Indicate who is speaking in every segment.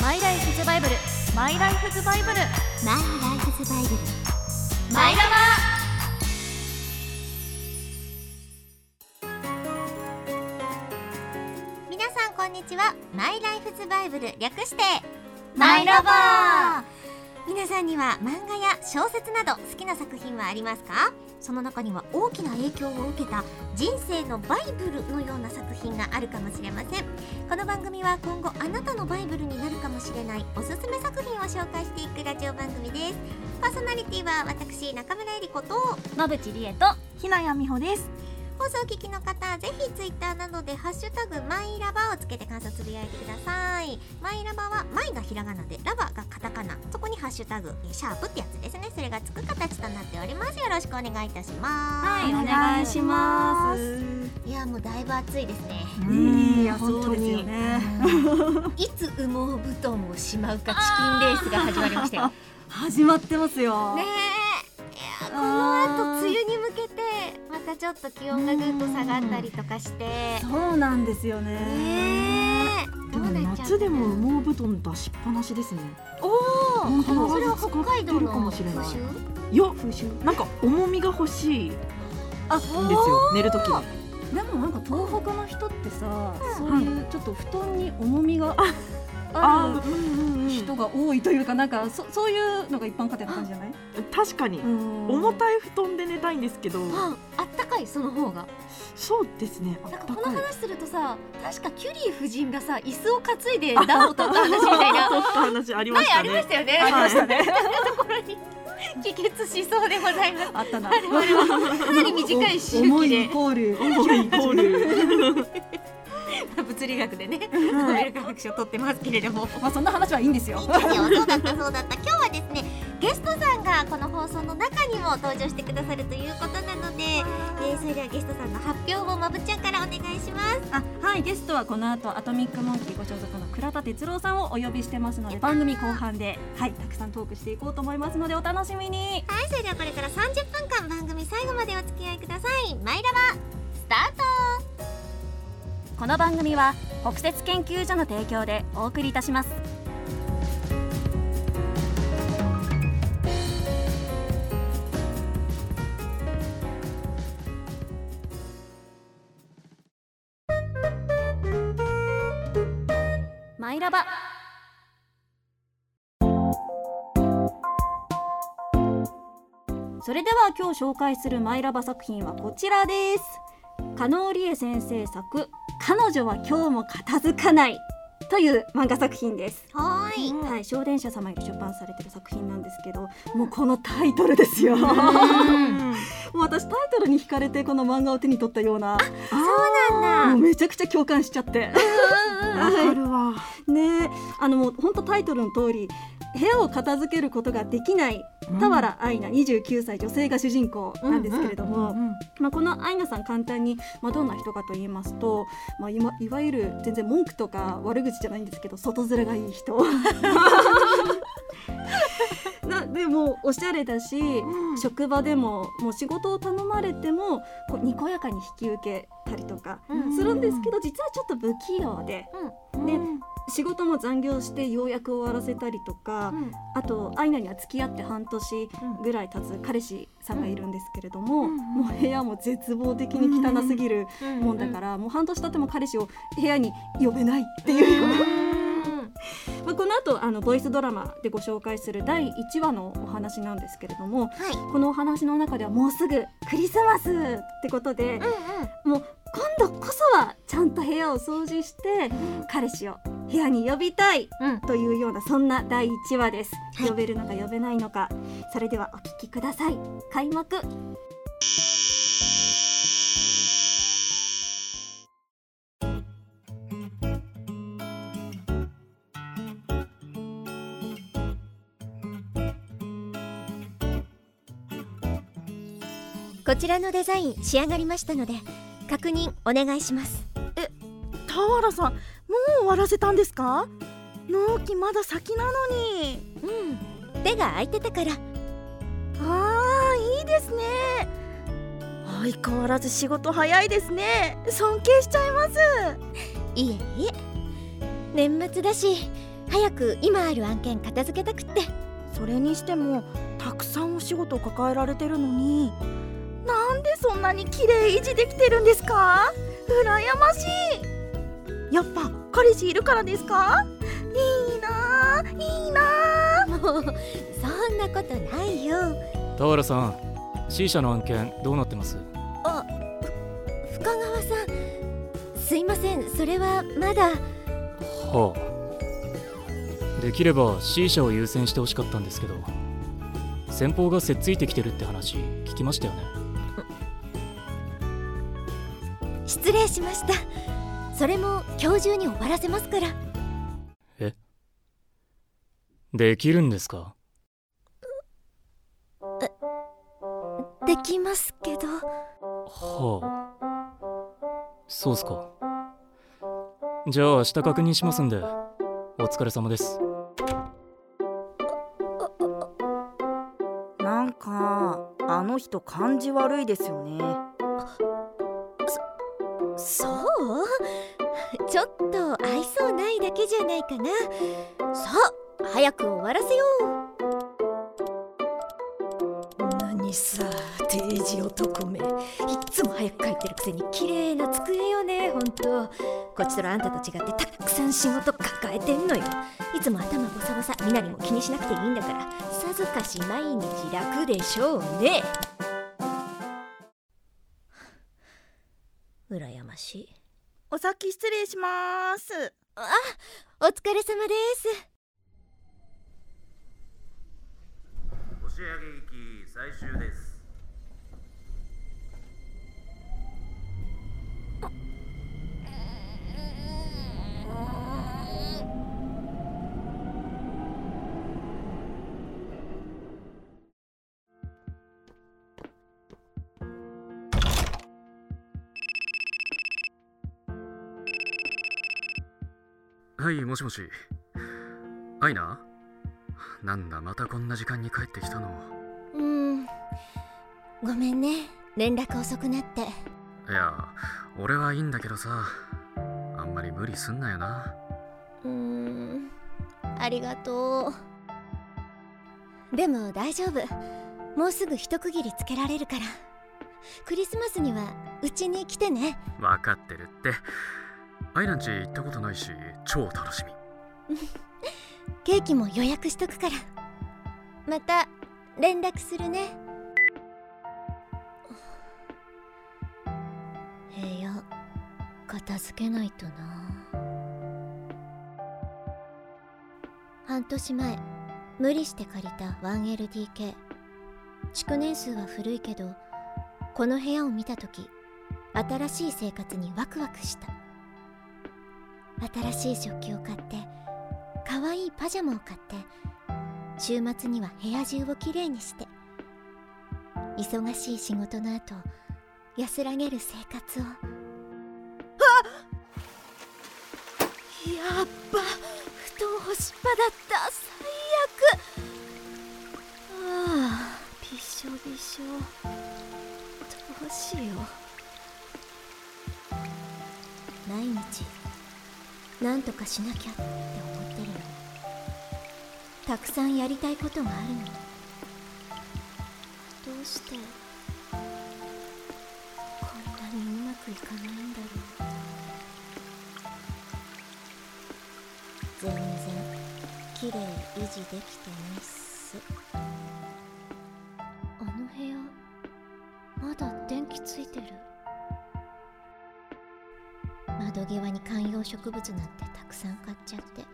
Speaker 1: マイライフズバイブルマイライフズバイブル
Speaker 2: マイライフズバイブル
Speaker 1: マイラ
Speaker 2: 皆さんこんにちはマイライフズバイブル略して
Speaker 1: マイラバー
Speaker 2: 皆さんには漫画や小説など好きな作品はありますかその中には大きな影響を受けた人生のバイブルのような作品があるかもしれませんこの番組は今後あなたのバイブルになるかもしれないおすすめ作品を紹介していくラジオ番組ですパーソナリティは私中村えり子と
Speaker 1: 野口理恵とひなやみほです
Speaker 2: 放送を聞きの方ぜひツイッターなどで「ハッシュタグマイラバ」をつけて感想つぶやいてくださいマイラバは「マイ」がひらがなで「ラバ」がカタカナそこに「ハッシュタグ」えシャープってやつですねそれがつく形となっておりますよろしくお願いいたします
Speaker 1: はいお願いします
Speaker 2: いやもうだいぶ暑いですね
Speaker 3: うん
Speaker 1: い
Speaker 3: い
Speaker 1: や
Speaker 3: や
Speaker 1: 本
Speaker 3: 本
Speaker 1: 当
Speaker 3: 当
Speaker 1: に
Speaker 2: う
Speaker 3: に
Speaker 2: んいつ羽毛布団をしまうかチキンレースが始まりました よ
Speaker 3: 始まってますよ。
Speaker 2: ねえいやこの後梅雨に向けてまたちょっと気温がぐっと下がったりとかして
Speaker 3: そうなんですよね。
Speaker 2: ねえど
Speaker 3: で
Speaker 2: う
Speaker 3: も
Speaker 2: なっちゃうか
Speaker 3: 夏で
Speaker 2: な
Speaker 3: も羽毛布団出しっぱなしですね。
Speaker 2: お
Speaker 3: 本当だ
Speaker 2: お、それは北海道の
Speaker 3: かもしれない
Speaker 2: 風習
Speaker 3: よ、なんか重みが欲しいんです
Speaker 4: あ
Speaker 3: よ。寝るときに。
Speaker 4: でもなんか東北の人ってさ、
Speaker 3: うん
Speaker 4: そういうちょっと布団に重みがあ
Speaker 3: あー、うんうんう
Speaker 4: る
Speaker 3: ん
Speaker 4: 人が多いというかなんかそそういうのが一般家庭の感じじゃない？
Speaker 3: 確かに。重たい布団で寝たいんですけど、
Speaker 2: あ、あったかいその方が。
Speaker 3: そうですね。あっ
Speaker 2: なんか
Speaker 3: た
Speaker 2: この
Speaker 3: かい。
Speaker 2: 話するとさ、確かキュリー夫人がさ、椅子を担いで暖を取った話みたい な。
Speaker 3: 取った話ありま
Speaker 2: 前
Speaker 3: し
Speaker 2: あ
Speaker 3: た
Speaker 2: りまし
Speaker 3: ね。
Speaker 2: たよね。
Speaker 3: ありました
Speaker 2: ね。ところに帰結しそうでございます。
Speaker 4: あったな。
Speaker 2: 我々はかなり短い周
Speaker 4: 重
Speaker 2: 期
Speaker 4: いイ
Speaker 2: で
Speaker 4: コール。
Speaker 3: 重いイコール。
Speaker 2: 物理学でね、ノベル化学賞取ってますけれども。
Speaker 4: まあそんな話はいいんですよ
Speaker 2: いい。ですよ。そうだったそうだった。今日はですね、ゲストさんがこの放送の中にも登場してくださるということなので、えー、それではゲストさんの発表をまぶちゃんからお願いします。
Speaker 4: あはいゲストはこの後アトミックモンキーご所属の倉田哲郎さんをお呼びしてますので番組後半ではいたくさんトークしていこうと思いますのでお楽しみに。
Speaker 2: はい、それではこれから30分間番組最後までお付き合いください。マイラバスタート。
Speaker 1: この番組は北節研究所の提供でお送りいたしますマイラバ
Speaker 4: それでは今日紹介するマイラバ作品はこちらです加納理恵先生作彼女は今日も片付かないという漫画作品です
Speaker 2: はーい。
Speaker 4: はい、小電車様より出版されてる作品なんですけどもうこのタイトルですよもう私タイトルに惹かれてこの漫画を手に取ったような
Speaker 2: そうな
Speaker 4: もうん
Speaker 2: だ。
Speaker 4: めちゃくちゃ共感しちゃって
Speaker 3: わかるわ。
Speaker 4: ねえあのもう本当タイトルの通り部屋を片付けることができない
Speaker 3: うん
Speaker 4: 俵愛菜29歳女性が主人公なんですけれども、
Speaker 3: うん
Speaker 4: まあ、このアイナさん簡単に、まあ、どんな人かと言いますと、まあ、いわいわゆる全然文句とか悪口じゃないんですけど外面がいい 人。なでもおしゃれだし、
Speaker 3: ん
Speaker 4: 職場でももう仕事を頼まれてもこうにこやかに引き受けたりとか
Speaker 2: うん
Speaker 4: するんですけど、実はちょっと不器用で
Speaker 3: うん
Speaker 4: で仕事も残業してようやく終わらせたりとか、
Speaker 2: うん
Speaker 4: あとアイナには付き合って半年ぐらい経つ彼氏さんがいるんですけれども、
Speaker 3: うん
Speaker 4: もう部屋も絶望的に汚すぎるもんだから、もう半年経っても彼氏を部屋に呼べないっていう、 まあ、この後あのボイスドラマでご紹介する第1話のお話なんですけれども
Speaker 2: はい。
Speaker 4: このお話の中ではもうすぐクリスマスってことで、もう今度こそはちゃんと部屋を掃除して彼氏を部屋に呼びたい
Speaker 2: うん
Speaker 4: というようなそんな第1話です、
Speaker 2: はい
Speaker 4: 呼べるのか呼べないのかそれではお聞きください開幕
Speaker 2: こちらのデザイン仕上がりましたので確認お願いします。
Speaker 5: 俵さんもう終わらせたんですか納期まだ先なのに
Speaker 2: うん。手が空いてたから。
Speaker 5: あーいいですね相変わらず仕事早いですね尊敬しちゃいます
Speaker 2: いえいえ。年末だし早く今ある案件片付けたくって
Speaker 5: それにしてもたくさんお仕事抱えられてるのになんでそんなに綺麗維持できてるんですか羨ましいやっぱ彼氏いるからですかいいなあいいなあ
Speaker 2: もう そんなことないよ
Speaker 6: 田原さん C 社の案件どうなってます
Speaker 2: 深川さんすいませんそれはまだ
Speaker 6: はあできれば C 社を優先してほしかったんですけど先方がせっついてきてるって話聞きましたよね
Speaker 2: 失礼しましたそれも今日中に終わらせますから
Speaker 6: できるんですか
Speaker 2: できますけど
Speaker 6: はあそうっすかじゃあ明日確認しますんでお疲れ様です
Speaker 5: なんかあの人感じ悪いですよね
Speaker 2: そうちょっと愛想ないだけじゃないかなさあ早く終わらせよ
Speaker 4: 何さ定時男めいっつも早く帰ってるくせに綺麗な机よねほんとこっちとらあんたと違ってたくさん仕事抱えてんのよいつも頭ボサボサ身なりも気にしなくていいんだからさぞかし毎日楽でしょうね羨ましい
Speaker 5: お先失礼します
Speaker 2: うお疲れ様です
Speaker 7: 押上行き最終です
Speaker 6: はいもしもしアイナなんだまたこんな時間に帰ってきたの
Speaker 2: うんごめんね連絡遅くなって
Speaker 6: いや俺はいいんだけどさあんまり無理すんなよな
Speaker 2: うーんありがとうでも大丈夫もうすぐ一区切りつけられるからクリスマスにはうちに来てね
Speaker 6: 分かってるってアイランチ行ったことないし超楽しみ
Speaker 2: ケーキも予約しとくからまた連絡するね部屋片付けないとな半年前無理して借りた 1LDK 築年数は古いけどこの部屋を見た時新しい生活にワクワクした新しい食器を買って可愛いパジャマを買って週末には部屋中をきれいにして忙しい仕事の後安らげる生活を
Speaker 4: やっぱ布団干しっぱだった最悪ああびしょびしょどうしよ
Speaker 2: 毎日なんとかしなきゃって思ってるのたくさんやりたいことがあるのにどうしてこんなにうまくいかないんだろう全然綺麗維持できてないっすあの部屋まだ電気ついてる窓際に観葉植物なんてたくさん買っちゃって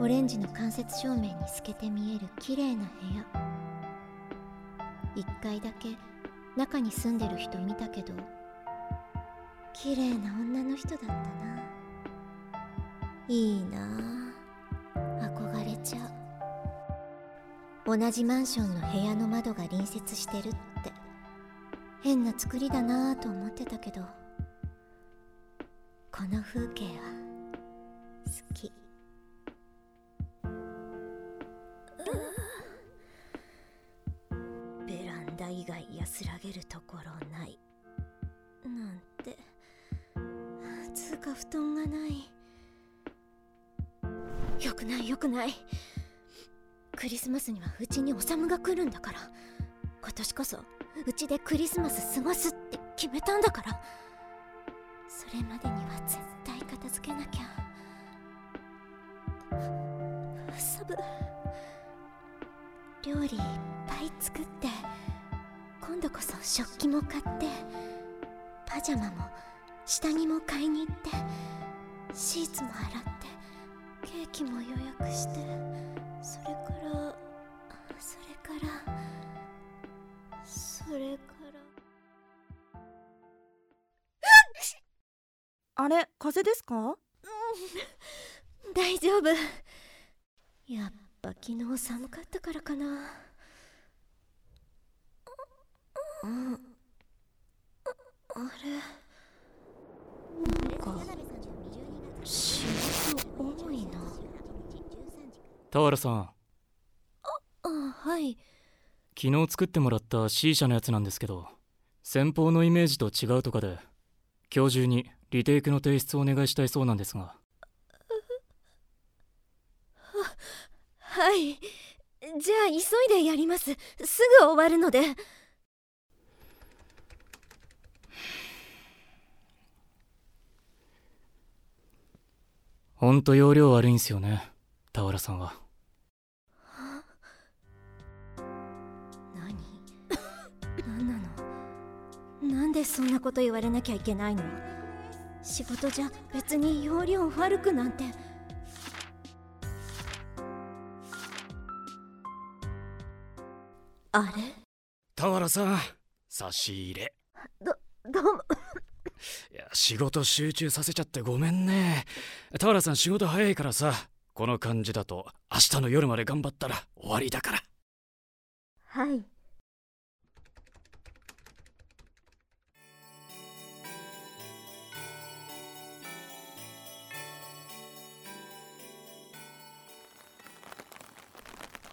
Speaker 2: オレンジの間接照明に透けて見える綺麗な部屋1階だけ中に住んでる人見たけど綺麗な女の人だったないいなあ憧れちゃう同じマンションの部屋の窓が隣接してるって変な作りだなあと思ってたけどこの風景は好き
Speaker 4: うベランダ以外安らげるところない
Speaker 2: なんてつうか布団がない
Speaker 8: よくないよくないクリスマスにはうちにおさむが来るんだから今年こそうちでクリスマス過ごすって決めたんだからそれまでには絶対片付けなきゃサブ料理いっぱい作って今度こそ食器も買ってパジャマも下着も買いに行ってシーツも洗ってケーキも予約してそれからそれからそれから
Speaker 5: あれ風邪ですか
Speaker 8: 大丈夫やっぱ昨日寒かったからかなうんあれなんか仕事重いな
Speaker 6: 田原さん
Speaker 8: あはい
Speaker 6: 昨日作ってもらった C 社のやつなんですけど先方のイメージと違うとかで今日中にリテイクの提出をお願いしたいそうなんですが
Speaker 8: はいじゃあ急いでやりますすぐ終わるので
Speaker 6: ほんと容量悪いんすよね田原さんは
Speaker 8: 何なのなんでそんなこと言われなきゃいけないの仕事じゃ別に容量悪くなんてあれ
Speaker 7: 田原さん差し入れ
Speaker 8: どうも
Speaker 7: いや仕事集中させちゃってごめんね田原さん仕事早いからさこの感じだと明日の夜まで頑張ったら終わりだから
Speaker 8: はい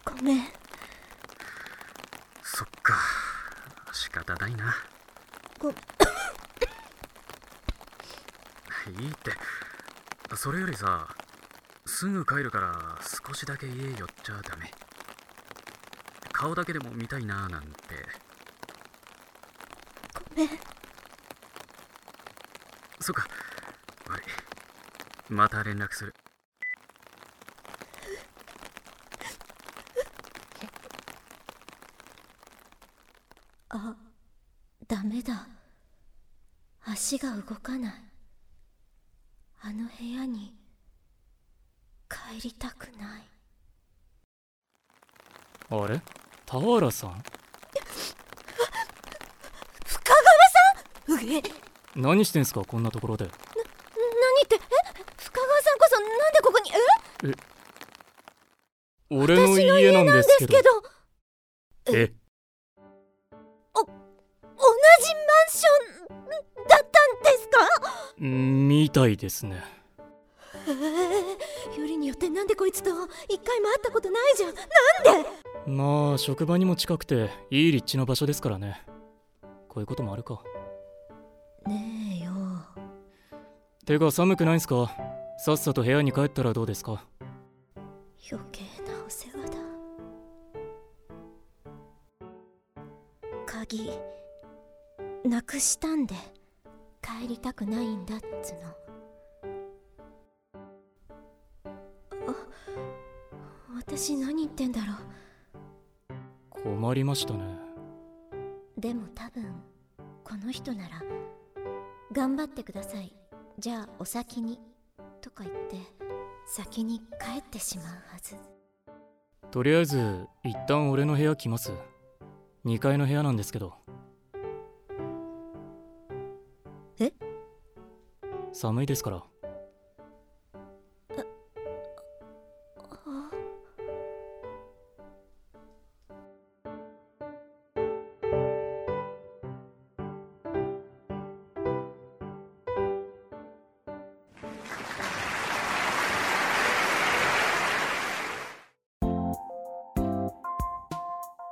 Speaker 8: ごめん
Speaker 7: そっか仕方ないな
Speaker 8: ご
Speaker 7: いいってそれよりさすぐ帰るから少しだけ家寄っちゃダメ顔だけでも見たいなーなんて
Speaker 8: ごめん
Speaker 7: そっか悪いまた連絡する
Speaker 8: あダメだ足が動かないあの部屋に帰りたくない
Speaker 6: あれ田原さん
Speaker 8: 深川さんうえ何って
Speaker 6: 何してんすかこんなところで
Speaker 8: え深川さんこそなんでここにえ
Speaker 6: 俺の家なんですけど
Speaker 8: けど
Speaker 6: え
Speaker 8: 同じマンションだったんですか
Speaker 6: みたいですね
Speaker 8: えー、よりによってなんでこいつと一回も会ったことないじゃんなんで
Speaker 6: まあ職場にも近くていい立地の場所ですからねこういうこともあるか
Speaker 8: ねえよ
Speaker 6: てか寒くないんすかさっさと部屋に帰ったらどうですか
Speaker 8: 余計なお世話だ鍵なくしたんで帰りたくないんだっつのあ私何言ってんだろ
Speaker 6: 困りましたね
Speaker 8: うでも多分この人なら「頑張ってくださいじゃあお先に」とか言って先に帰ってしまうはず
Speaker 6: とりあえず一旦俺の部屋来ます2階の部屋なんですけど
Speaker 8: え
Speaker 6: 寒いですから
Speaker 8: あ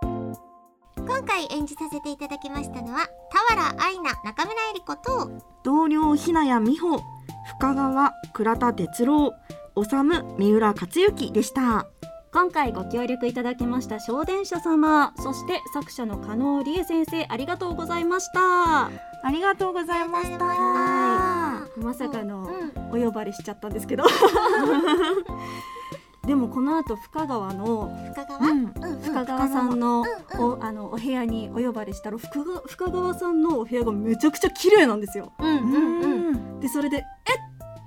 Speaker 2: 今回演じさせていただきましたのは俵愛菜中村えり子と
Speaker 3: 同僚ひなや美穂深川倉田哲郎治三浦克之でした
Speaker 4: 今回ご協力いただきました小電車様そして作者の加納理恵先生ありがとうございました
Speaker 3: ありがとうございました
Speaker 4: はいまさかのお呼ばれしちゃったんですけどでもこの後深川の
Speaker 2: 深川、
Speaker 4: うん
Speaker 2: うんうん
Speaker 4: 深川さんの
Speaker 2: うんうん
Speaker 4: おあのお部屋にお呼ばれしたら深川深川さんのお部屋がめちゃくちゃ綺麗なんですよ。
Speaker 2: うんうんうん
Speaker 4: でそれでえっ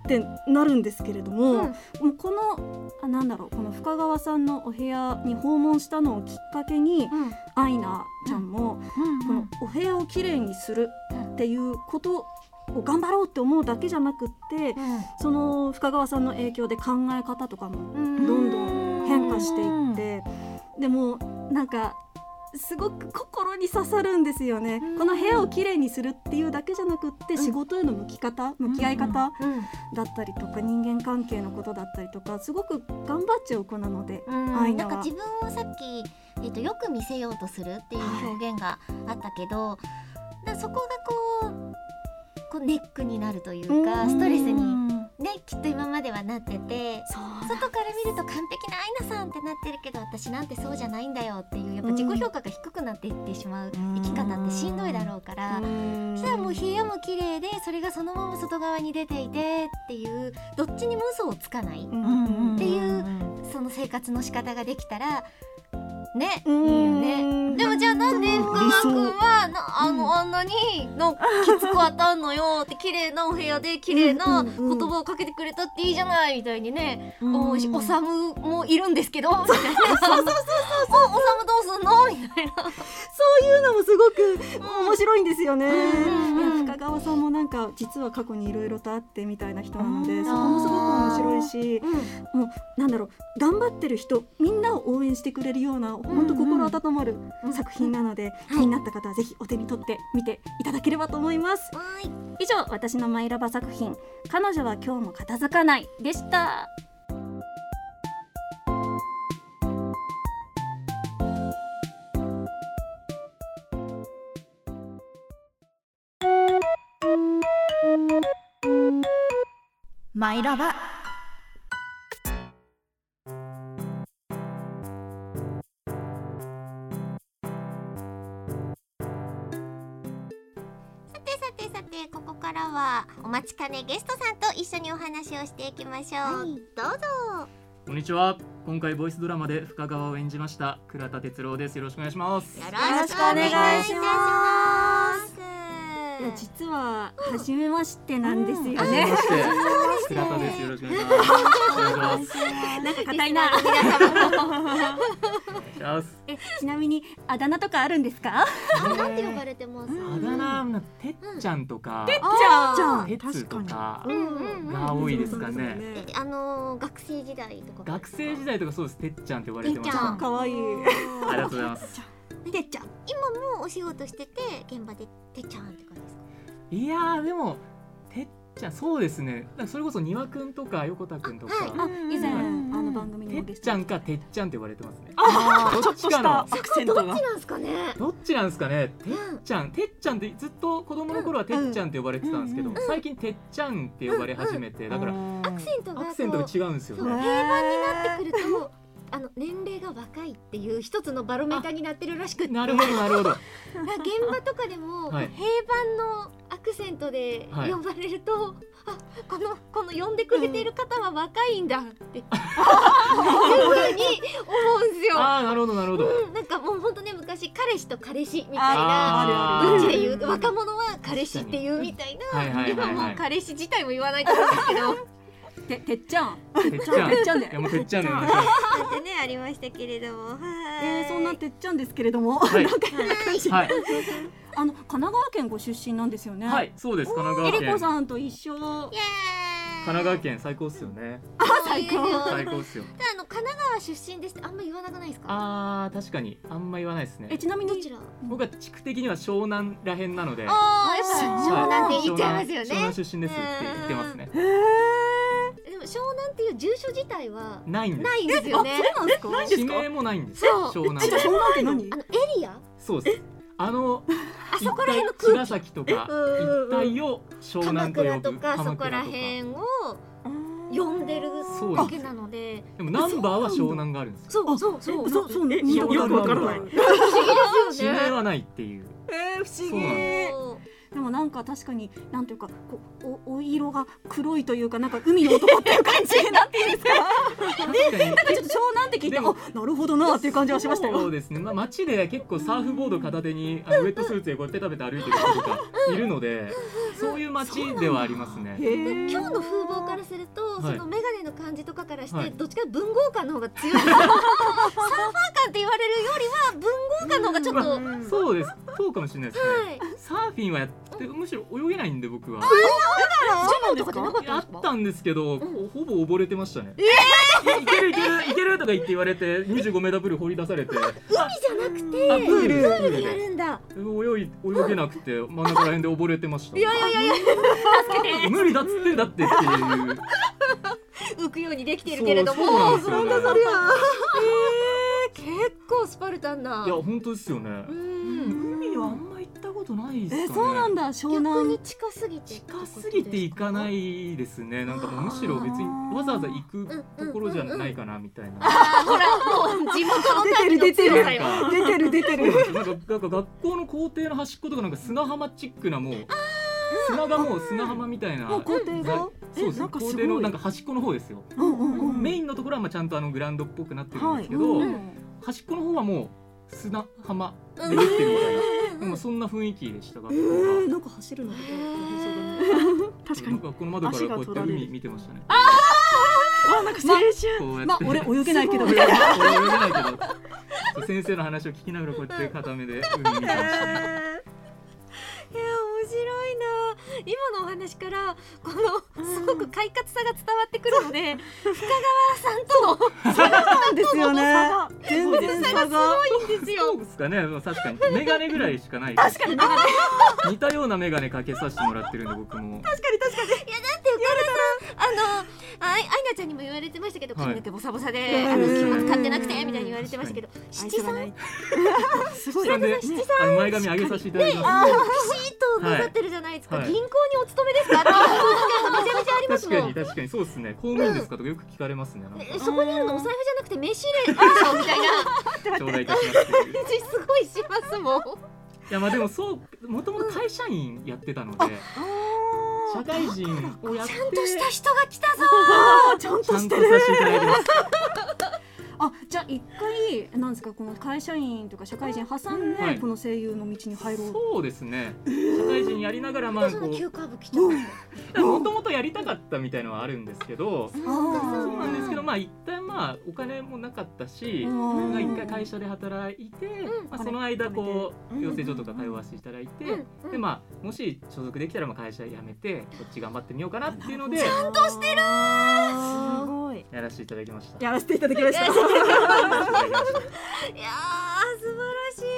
Speaker 4: ってなるんですけれども、
Speaker 2: うん
Speaker 4: もうこのあなんだろうこの深川さんのお部屋に訪問したのをきっかけに、
Speaker 2: うん
Speaker 4: アイナちゃんも、このお部屋をきれいにするっていうことを頑張ろうって思うだけじゃなくって、その深川さんの影響で考え方とかもど
Speaker 2: ん
Speaker 4: んどん変化していってでもなんかすごく心に刺さるんですよねこの部屋をきれいにするっていうだけじゃなくって仕事への向き方向き合い方だったりとか人間関係のことだったりとかすごく頑張っちゃう子なのでアイ
Speaker 2: な
Speaker 4: ナ
Speaker 2: んか
Speaker 4: は
Speaker 2: 自。分をさっき、えっとよく見せようとするっていう表現があったけど、なそこがこうこうネックになるというかストレスにねきっと今まではなってて外から見ると完璧なアイナさんってなってるけど私なんてそうじゃないんだよっていうやっぱ自己評価が低くなっていってしまう生き方ってしんどいだろうから。そしたらもう部屋も綺麗でそれがそのまま外側に出ていてっていうどっちにも嘘をつかないっていうその生活の仕方ができたらねいいよねでもじゃあなんで深川君はなあのあんなにのきつく当たんのよって綺麗なお部屋で綺麗な言葉をかけてくれたっていいじゃないみたいにね思うしおさむもいるんですけ どみたいなおさむどうすんのみたいな
Speaker 4: そういうのもすごく面白いんですよね。
Speaker 2: うんうんうん
Speaker 4: いや深川さんもなんか実は過去にいろいろとあってみたいな人なの
Speaker 2: う
Speaker 4: で
Speaker 2: ん
Speaker 4: そこもすごく面白いし、もうなんだろう頑張ってる人みんなを応援してくれるような本当心温まる作品なので、気になった方はぜひお手に取って見ていただければと思います。以上私のマイラバ作品「彼女は今日も片付かない」でした。
Speaker 5: マイラバ
Speaker 2: さてさてさてここからはお待ちかねゲストさんと一緒にお話をしていきましょう、どうぞ
Speaker 6: こんにちは今回ボイスドラマで深川を演じました倉田哲郎ですよろしくお願いします
Speaker 2: よ
Speaker 4: ろしくお願いします。いや実は初めましてなんですよね。
Speaker 6: はじめまして倉田ですよろしくお願いしますお願いし
Speaker 4: なんか硬いな。
Speaker 6: ます
Speaker 4: え ちなみにあだ名とかあるんですか？
Speaker 2: なんて呼ばれてます
Speaker 6: あだ名てっちゃんとかてっ
Speaker 4: ちゃん
Speaker 6: てつとか
Speaker 2: うんうんうん
Speaker 6: が多いですかね
Speaker 2: えあのー学生時代とか
Speaker 6: 学生時代とかそうですてっちゃんって呼ばれてまし
Speaker 2: て
Speaker 6: た
Speaker 2: っちゃ
Speaker 6: あ
Speaker 2: ん
Speaker 4: 可愛い
Speaker 6: りがとうございます
Speaker 2: てっちゃん今もお仕事してて現場でてっちゃんって感じですか
Speaker 6: いやーでもてっちゃんそうですねだからそれこそ庭くんとか横田くんとか
Speaker 4: あ以前あの番組に
Speaker 6: て
Speaker 4: も
Speaker 6: っ
Speaker 4: ゲス
Speaker 6: ち
Speaker 4: ト
Speaker 6: ゃんかてっちゃんって呼ばれてますね
Speaker 3: あー
Speaker 6: どっちかの
Speaker 3: アクセントが
Speaker 2: どっちなんですかね
Speaker 6: どっちなんですかねてっちゃんてっちゃんってずっと子供の頃はてっちゃんって呼ばれてたんですけど最近てっちゃんって呼ばれ始めてだから
Speaker 2: アクセントが
Speaker 6: ア
Speaker 2: こ
Speaker 6: ク
Speaker 2: う
Speaker 6: セントが違うんですよ
Speaker 2: そう
Speaker 6: ね
Speaker 2: 平板になってくると あの年齢が若いっていう一つのバロメーターになってるらしくって
Speaker 6: なるほどなるほど
Speaker 2: だから現場とかでも、
Speaker 6: はい
Speaker 2: 平板のアクセントで
Speaker 6: はい
Speaker 2: 呼ばれると、あこのこの呼んでくれている方は若いんだ って、っていうふうに思うんですよ。
Speaker 6: ああなるほどなるほど
Speaker 2: うん、なんかもう本当ね昔彼氏と彼氏みたいな
Speaker 6: あ
Speaker 2: どっち
Speaker 6: ー
Speaker 2: で言う若者は彼氏っていうみたいな、
Speaker 6: はいはいはい
Speaker 2: 今
Speaker 6: は
Speaker 2: も
Speaker 6: いう
Speaker 2: 彼氏自体も言わないと思うんですけど
Speaker 4: ててっちゃん。
Speaker 6: てっちゃん
Speaker 4: てっちゃんだよ
Speaker 6: いやもうてっちゃんだよ
Speaker 2: なんてねありましたけれどもは
Speaker 4: えー、そんなてっちゃんですけれども、
Speaker 6: はい
Speaker 4: なんか変な感じ。
Speaker 6: はい
Speaker 4: あの神奈川県ご出身なんですよね。
Speaker 6: はい。そうです神
Speaker 4: え
Speaker 6: 奈
Speaker 4: り
Speaker 6: 川
Speaker 4: こ
Speaker 6: 県神
Speaker 4: さんと一緒。
Speaker 6: 奈川県最高っすよね
Speaker 2: 最高
Speaker 6: 最高っすよ
Speaker 2: あの神奈川出身ですってあんま言わなくないですか
Speaker 6: あー確かにあんま言わないですね
Speaker 4: えちなみに
Speaker 2: どちら
Speaker 6: 僕は地区的には湘南らへんなので
Speaker 2: ああやっぱ湘南って言っ
Speaker 6: は
Speaker 2: ちゃいますよ
Speaker 6: 湘南
Speaker 2: ね
Speaker 6: 湘南出身ですって言ってますね
Speaker 2: でも湘南っていう住所自体は
Speaker 6: ないんです
Speaker 2: ないんですよね。
Speaker 4: そうなんですか？
Speaker 6: ない地名もないんです
Speaker 2: そう
Speaker 6: 湘南
Speaker 4: えじゃあそんなんて何
Speaker 2: あ？のエリア、
Speaker 6: そうですあの
Speaker 2: あそこら辺の
Speaker 6: 一
Speaker 2: 空
Speaker 6: 帯茅ヶ崎とか
Speaker 2: うんうんうん
Speaker 6: 一帯を湘
Speaker 2: 鎌
Speaker 6: 南と
Speaker 2: 倉と
Speaker 6: 呼ぶ
Speaker 2: かそこら
Speaker 6: 鎌倉と
Speaker 2: 辺を
Speaker 4: う
Speaker 2: 呼んでる
Speaker 6: そうです
Speaker 2: わけなので
Speaker 6: でもナンバーは湘南があるんですよ
Speaker 2: そうそうそうそうそう
Speaker 6: えよくわからない
Speaker 2: 不思議です
Speaker 6: 地
Speaker 2: よね
Speaker 6: 名はないっていう
Speaker 4: えー、不
Speaker 6: そう
Speaker 4: 思
Speaker 6: なん
Speaker 4: 議でもなんか確かになんていうかこうおお色が黒いというかなんか海の男っていう感じになっていいですか
Speaker 6: 確かに
Speaker 4: なんかちょっと湘南って聞いてあなるほどなっていう感じはしましたよ
Speaker 6: そうですね、まあ、街で結構サーフボード片手にあのウェットスーツでこうペタペタ歩いてる人とかいるのでそういう街ではありますね。
Speaker 2: で今日の風貌からすると、
Speaker 6: はい
Speaker 2: そのメガネの感じとかからして、
Speaker 6: はい
Speaker 2: どっちかというと文豪感の方が強いサーファー感って言われるよりは文豪感の方がちょっと、
Speaker 6: まあそうですそうかもしれないですね、
Speaker 2: はい
Speaker 6: サーフィンはやってむしろ泳げないんで僕は
Speaker 2: ジョモとかじゃなかったん
Speaker 6: あ
Speaker 2: ですか
Speaker 6: ったんですけど、ほぼ溺れてましたね、いけるいけるいけるとか言って言われて25メータープール放り出されて
Speaker 2: 海じゃ
Speaker 6: あ
Speaker 2: な
Speaker 6: プ
Speaker 2: くて
Speaker 6: ール
Speaker 2: プールでやるんだ
Speaker 6: 泳い泳げなくて真ん中ら辺で溺れてました
Speaker 2: いやいやいやいや助けて
Speaker 6: 無理だっつってんだってっていう
Speaker 2: 浮くようにできているけれども
Speaker 6: そうそうなんですよね
Speaker 2: そりゃえー、結構スパルタンない
Speaker 6: や本当ですよね海はあんま行ったことないですかね
Speaker 4: えそうなんだ湘南
Speaker 2: に近すぎて近
Speaker 6: 過ぎていかないですねなんかもうむしろ別にわざわざ行くところじゃないかなみたいな
Speaker 2: あほらもう地元の民の強さよ
Speaker 6: なんかなんか学校の校庭の端っことかなんか砂浜チックなもう砂がもう砂浜みたいな
Speaker 4: もう校庭が
Speaker 6: そうで
Speaker 4: え
Speaker 6: す
Speaker 4: なんかすご
Speaker 6: 校
Speaker 4: い
Speaker 6: 庭のなんか端っこの方ですよ
Speaker 4: うんうんうん
Speaker 6: メインのところはまあちゃんとあのグラウンドっぽくなってるん
Speaker 4: は
Speaker 6: で
Speaker 4: い
Speaker 6: すけど、
Speaker 4: うん
Speaker 6: 端っこの方はもう砂浜でできてるみたいな、でもそんな雰囲気でした学
Speaker 4: え
Speaker 6: 校が。
Speaker 4: ー、なんか走るのとかそうだね確かに
Speaker 6: 僕はこの窓からこうやって海見てましたね。あ
Speaker 4: あなんか青
Speaker 6: こうや
Speaker 4: 春
Speaker 6: って
Speaker 4: まあ俺泳げないけ ど
Speaker 6: そう
Speaker 4: みたいな
Speaker 6: 俺泳げないけどそう先生の話を聞きながらこうやって片目で海見てましたね。
Speaker 2: いや面白いな今のお話からこのすごく快活さが伝わってくるので深川さんとの
Speaker 4: そうですよね全然
Speaker 2: 差
Speaker 4: 差
Speaker 2: が
Speaker 4: が
Speaker 2: すごいんですよ
Speaker 6: そうですかね、まあ確かにメガネぐらいしかない。
Speaker 2: 確かにメガネ
Speaker 6: 似たようなメガネかけさせてもらってるんで僕も。
Speaker 2: 確かに確かにいやだって岡田さんあのあいアイナちゃんにも言われてましたけど
Speaker 6: はい
Speaker 2: 髪の毛ボサボサで、
Speaker 6: うん
Speaker 2: あの着物買ってなくてみたいに言われてましたけど七三
Speaker 6: す
Speaker 2: ごい
Speaker 6: なんで、あの前髪上げさせていただ
Speaker 2: ね
Speaker 6: き
Speaker 2: あ
Speaker 6: ます。
Speaker 2: のピシッとなさってるじゃないですか、
Speaker 6: はい
Speaker 2: 銀行にお勤めですかっていう感がめちゃめちゃあります
Speaker 6: 確
Speaker 2: も
Speaker 6: か
Speaker 2: ん
Speaker 6: に確かにそうですね。公務員ですかとかよく聞かれますね。なんか
Speaker 2: えそこにあるのお財布じゃなくて名 刺入れあるでしょみたいな
Speaker 6: 頂戴いたしますっていう
Speaker 2: 感じすごいしますもん
Speaker 6: いやまあでもそうもともと会社員やってたので、社会人をやって
Speaker 2: ちゃんとした人が来たぞ
Speaker 4: あちゃんとしてる
Speaker 6: ちゃんとさせていただいてます
Speaker 4: あじゃあ一回なんですかこの会社員とか社会人挟んで、
Speaker 6: はい
Speaker 4: この声優の道に入ろう
Speaker 6: そうですね。社会人やりながらまあこう
Speaker 2: カーブ来ちゃった
Speaker 6: もともとやりたかったみたいのはあるんですけど、そうなんですけどまあ一旦まあお金もなかったし、
Speaker 4: うん
Speaker 6: まあ一回会社で働いて、まあその間こう養成所とか通わせていただいて、でまあもし所属できたらまあ会社辞めてこっち頑張ってみようかなっていうので。
Speaker 2: ちゃんとしてる
Speaker 6: すごいやらせていただきました。
Speaker 4: やらせていただきました
Speaker 2: い
Speaker 4: 素
Speaker 2: やいやー素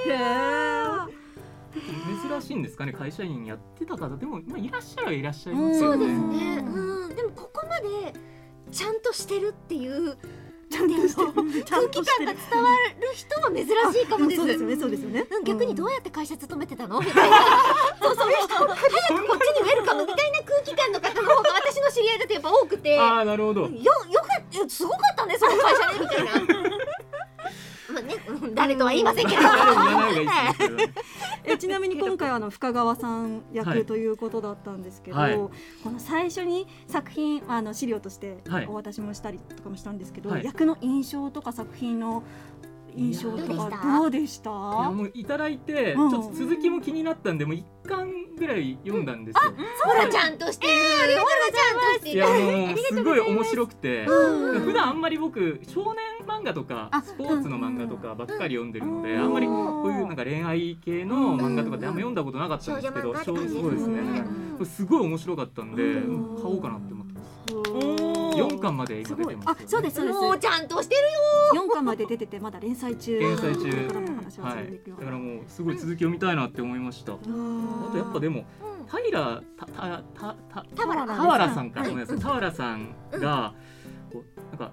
Speaker 2: 晴らしい
Speaker 6: 珍しいんですかね会社員やってた方でもまあいらっしゃるはいらっしゃいます
Speaker 2: そ
Speaker 6: よ
Speaker 2: う
Speaker 6: ね。
Speaker 2: ですねうんでもここまでちゃんとしてるっていうなんていうの空気感が伝わる人は珍しいかもです
Speaker 4: そうですよねそうですよね
Speaker 2: うん逆にどうやって会社勤めてたのみたいなそうそういう人早くこっちにウェルカムみたいな空気感の方の方が私の知り合いだとやっぱ多くて
Speaker 6: ああなるほど。
Speaker 2: よよかったすごかったねその会社でみたいなまあねうん誰とは言いませんけど
Speaker 4: えちなみに今回はあの深川さん役ということだったんですけど、
Speaker 6: はい
Speaker 4: この最初に作品あの資料として
Speaker 6: はい
Speaker 4: お渡しもしたりとかもしたんですけど、
Speaker 6: はい
Speaker 4: 役の印象とか作品の印象と
Speaker 6: いや
Speaker 4: か
Speaker 6: ー
Speaker 4: どうでした
Speaker 6: いやもういただいて、
Speaker 4: うん
Speaker 6: ちょっと続きも気になったんでもう一巻ぐらい読んだんですよ。
Speaker 2: ほらちゃんとしてるほらちゃんとして
Speaker 6: い
Speaker 2: る
Speaker 6: やもうすごい面白くて、
Speaker 2: うんうん
Speaker 6: 普段あんまり僕少年漫画とかスポーツの漫画とかばっかり読んでるので、あんまりこういうなんか恋愛系の漫画とかってあんま読んだことなかったんですけど、少女そうですね。すごい面白かったんで、買おうかなって思ってます。四巻まで今出てます。
Speaker 4: あそうですそうです
Speaker 2: もうちゃんとしてるよ
Speaker 4: 四巻まで出ててまだ連載中
Speaker 6: 連載中
Speaker 4: これからも話は
Speaker 6: は
Speaker 4: 続いてい
Speaker 6: い
Speaker 4: く、
Speaker 6: だからもうすごい続きを見たいなって思いました。あとやっぱでも、平たたたた
Speaker 2: 田原
Speaker 6: 田原さんか、
Speaker 2: はい
Speaker 6: ごめんなさい、田原さんが、こうなんか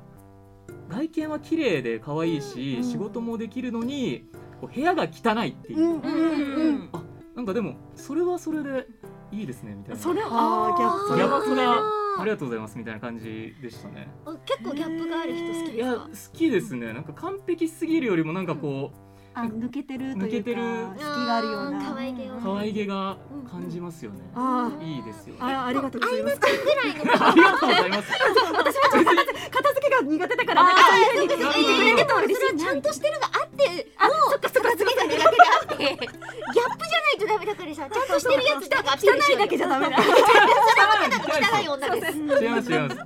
Speaker 6: 外見は綺麗で可愛いし、仕事もできるのにこう部屋が汚いっていう、あなんかでもそれはそれでいいですねみたいな
Speaker 4: それあーギャップ
Speaker 6: ギャップがありがとうございますみたいな感じでしたね。
Speaker 2: お結構ギャップがある人好き
Speaker 6: いや好きですね。なんか完璧すぎるよりもなんかこ
Speaker 4: あ抜けてると
Speaker 6: 抜
Speaker 4: い
Speaker 6: け
Speaker 4: うか
Speaker 6: てる
Speaker 4: 隙があるような
Speaker 2: 可愛げを
Speaker 6: う可愛げが感じますよね。
Speaker 4: あ
Speaker 6: いいですよね。
Speaker 4: あありがとうございます
Speaker 6: ありがとうございます。
Speaker 4: 私もちょっと片付片付けが苦手だからなんかそういうふうに言ってくれてたら嬉しい
Speaker 2: ちゃんとしてるがあってもうそっかそっかが苦手であってギャップじゃないとダメだからさちゃんとしてるやつだが
Speaker 4: 汚いだけじゃダメだ
Speaker 2: だちゃんとしてる
Speaker 6: 汚
Speaker 2: 汚い女です
Speaker 6: 違います違います。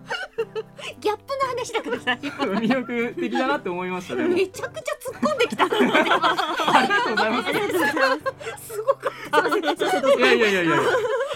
Speaker 2: ギャップの話だからさ
Speaker 6: 魅力的だなって思いましたね。
Speaker 2: めちゃくちゃ突っ込んできた
Speaker 6: ありがとうございます。
Speaker 2: すごかった
Speaker 6: いやいやいやいや。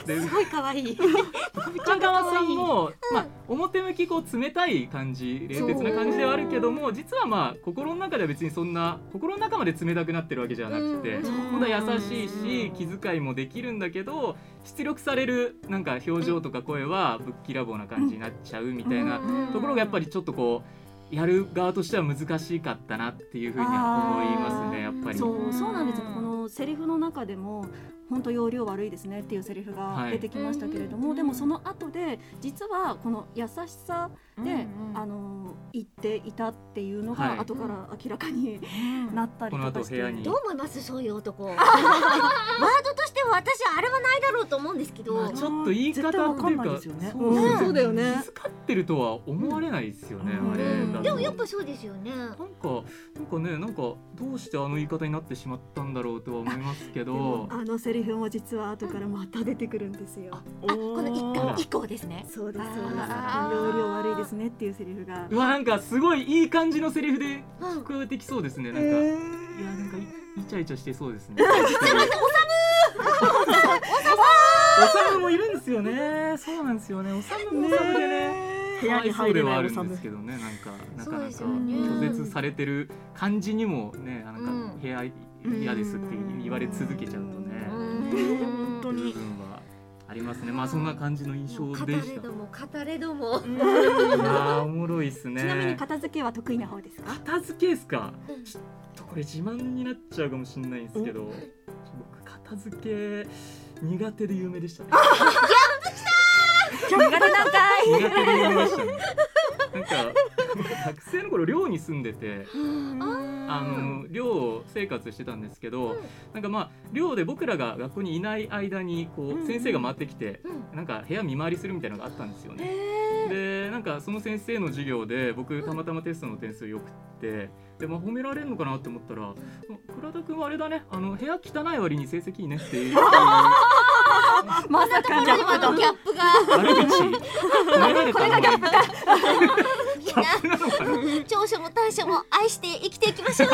Speaker 6: です
Speaker 2: ごい可愛い
Speaker 6: 深川さんも、まあ、表向きこう冷たい感じ冷徹な感じではあるけども実はまあ心の中では別にそんな心の中まで冷たくなってるわけじゃなくて
Speaker 9: うん
Speaker 6: 本当は優しいし気遣いもできるんだけど出力されるなんか表情とか声はぶっきらぼうな感じになっちゃうみたいなところがやっぱりちょっとこうやる側としては難しかったなっていうふうに思いますねやっぱり。
Speaker 4: そうそうなんですよこのセリフの中でも本当要領悪いですねっていうセリフが出てきましたけれども、でもその後で実はこの優しさで、あの言っていたっていうの
Speaker 6: はい
Speaker 4: が後から明らかになったり
Speaker 6: この
Speaker 4: と
Speaker 6: 後
Speaker 4: かし
Speaker 6: 部
Speaker 4: て、
Speaker 6: 屋に
Speaker 2: どう思いますそういう 男ワードとしては私あれはないだろうと思うんですけど、
Speaker 6: まあちょっと言い方っていうかそう
Speaker 4: うん
Speaker 2: そう
Speaker 4: だよね
Speaker 6: 気遣ってるとは思われないですよね、あれだと
Speaker 2: でもやっぱそうですよね
Speaker 6: なんかなんかねなんかどうしてあの言い方になってしまったんだろうとは思いますけど
Speaker 4: あのセリフも実は後からまた出てくるんですよ。あ、
Speaker 2: この一
Speaker 6: 巻以
Speaker 2: 降ですね。
Speaker 4: そうですそうです。
Speaker 6: あー
Speaker 4: 要領悪いですねっていうセリフが。
Speaker 6: うわなんかすごいいい感じのセリフで聞こえてきそうですね、なんか、いやなんかイイチャイチャしてそ うですねおさむもいるんですよねそうなんですよねおさむもおさむでね
Speaker 3: 部屋に
Speaker 6: かわ
Speaker 3: 入
Speaker 6: いそうで
Speaker 3: れ
Speaker 6: は
Speaker 3: な
Speaker 6: あ
Speaker 3: い
Speaker 6: る
Speaker 3: お
Speaker 6: ん
Speaker 3: さ
Speaker 6: で
Speaker 3: む
Speaker 6: すけどねなんかな
Speaker 2: そ
Speaker 6: かな
Speaker 2: う
Speaker 6: か
Speaker 2: ですよね
Speaker 6: 拒絶されてる感じにもねなん
Speaker 2: うん
Speaker 6: か部屋嫌ですって言われ続けちゃうとね
Speaker 2: 本
Speaker 6: 当に部分はありますねまあそんな感じの印象
Speaker 2: 語
Speaker 6: で
Speaker 2: れ
Speaker 6: したい
Speaker 2: ども語れども
Speaker 6: やーおもろいですね
Speaker 4: ちなみに片付けは得意な方ですか。
Speaker 6: 片付けですかちょっとこれ自慢になっちゃうかもしれないんですけど僕片付け苦手で有名でしたね
Speaker 1: 今日苦手なんかい
Speaker 6: 苦手で有名でしたねなんか学生の頃寮に住んでてあの寮生活してたんですけど、なんかまあ寮で僕らが学校にいない間にこう先生が回ってきて、なんか部屋見回りするみたいなのがあったんですよね。でなんかその先生の授業で僕たまたまテストの点数よくってで、まあ、褒められるのかなって思ったら「倉田君はあれだねあの部屋汚い割に成績いいね」って いう
Speaker 4: まさかの
Speaker 2: 今のギャップが
Speaker 6: 悪口褒められたのに
Speaker 2: これがギャップ
Speaker 6: プなのかな
Speaker 2: だ長所も短所も愛して生きていきましょう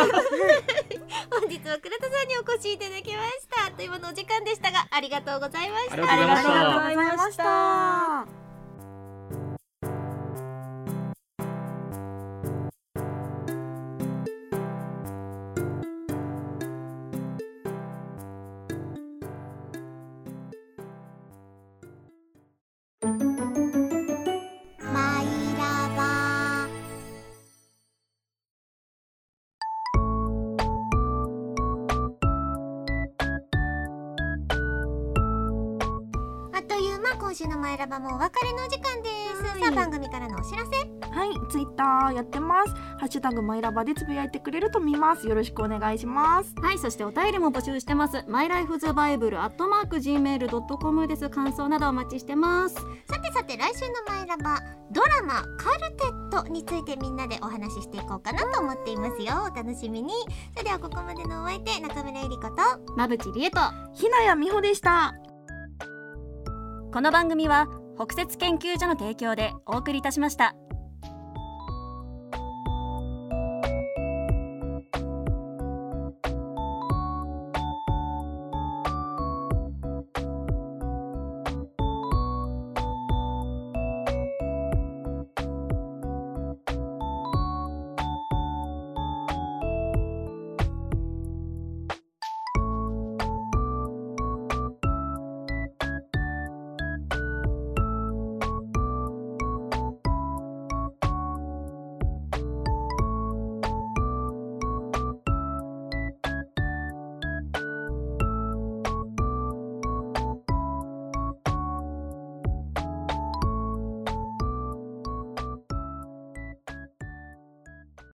Speaker 2: 本日は倉田さんにお越しいただきましたあっという間のお時間でしたがありがとうございました
Speaker 6: ありがとうございました
Speaker 2: ありがとうございましたマイラバーあっという間今週のマイラバもお別れのお時間です、
Speaker 10: はい
Speaker 2: さあ番組からのお知らせ
Speaker 10: はい、ツイッターやってます。ハッシュタグマイラバでつぶやいてくれると見ます。よろしくお願いします。
Speaker 4: はい、そしてお便りも募集してます。マイライフズバイブルアットマーク gmail ドットコムです。感想などお待ちしてます。
Speaker 2: さてさて来週のマイラバドラマカルテットについてみんなでお話ししていこうかなと思っていますよお楽しみにそれではここまでのお相手中村ゆり子と
Speaker 1: まぶちりえと
Speaker 10: ひなやみほでした
Speaker 1: この番組は北雪研究所の提供でお送りいたしました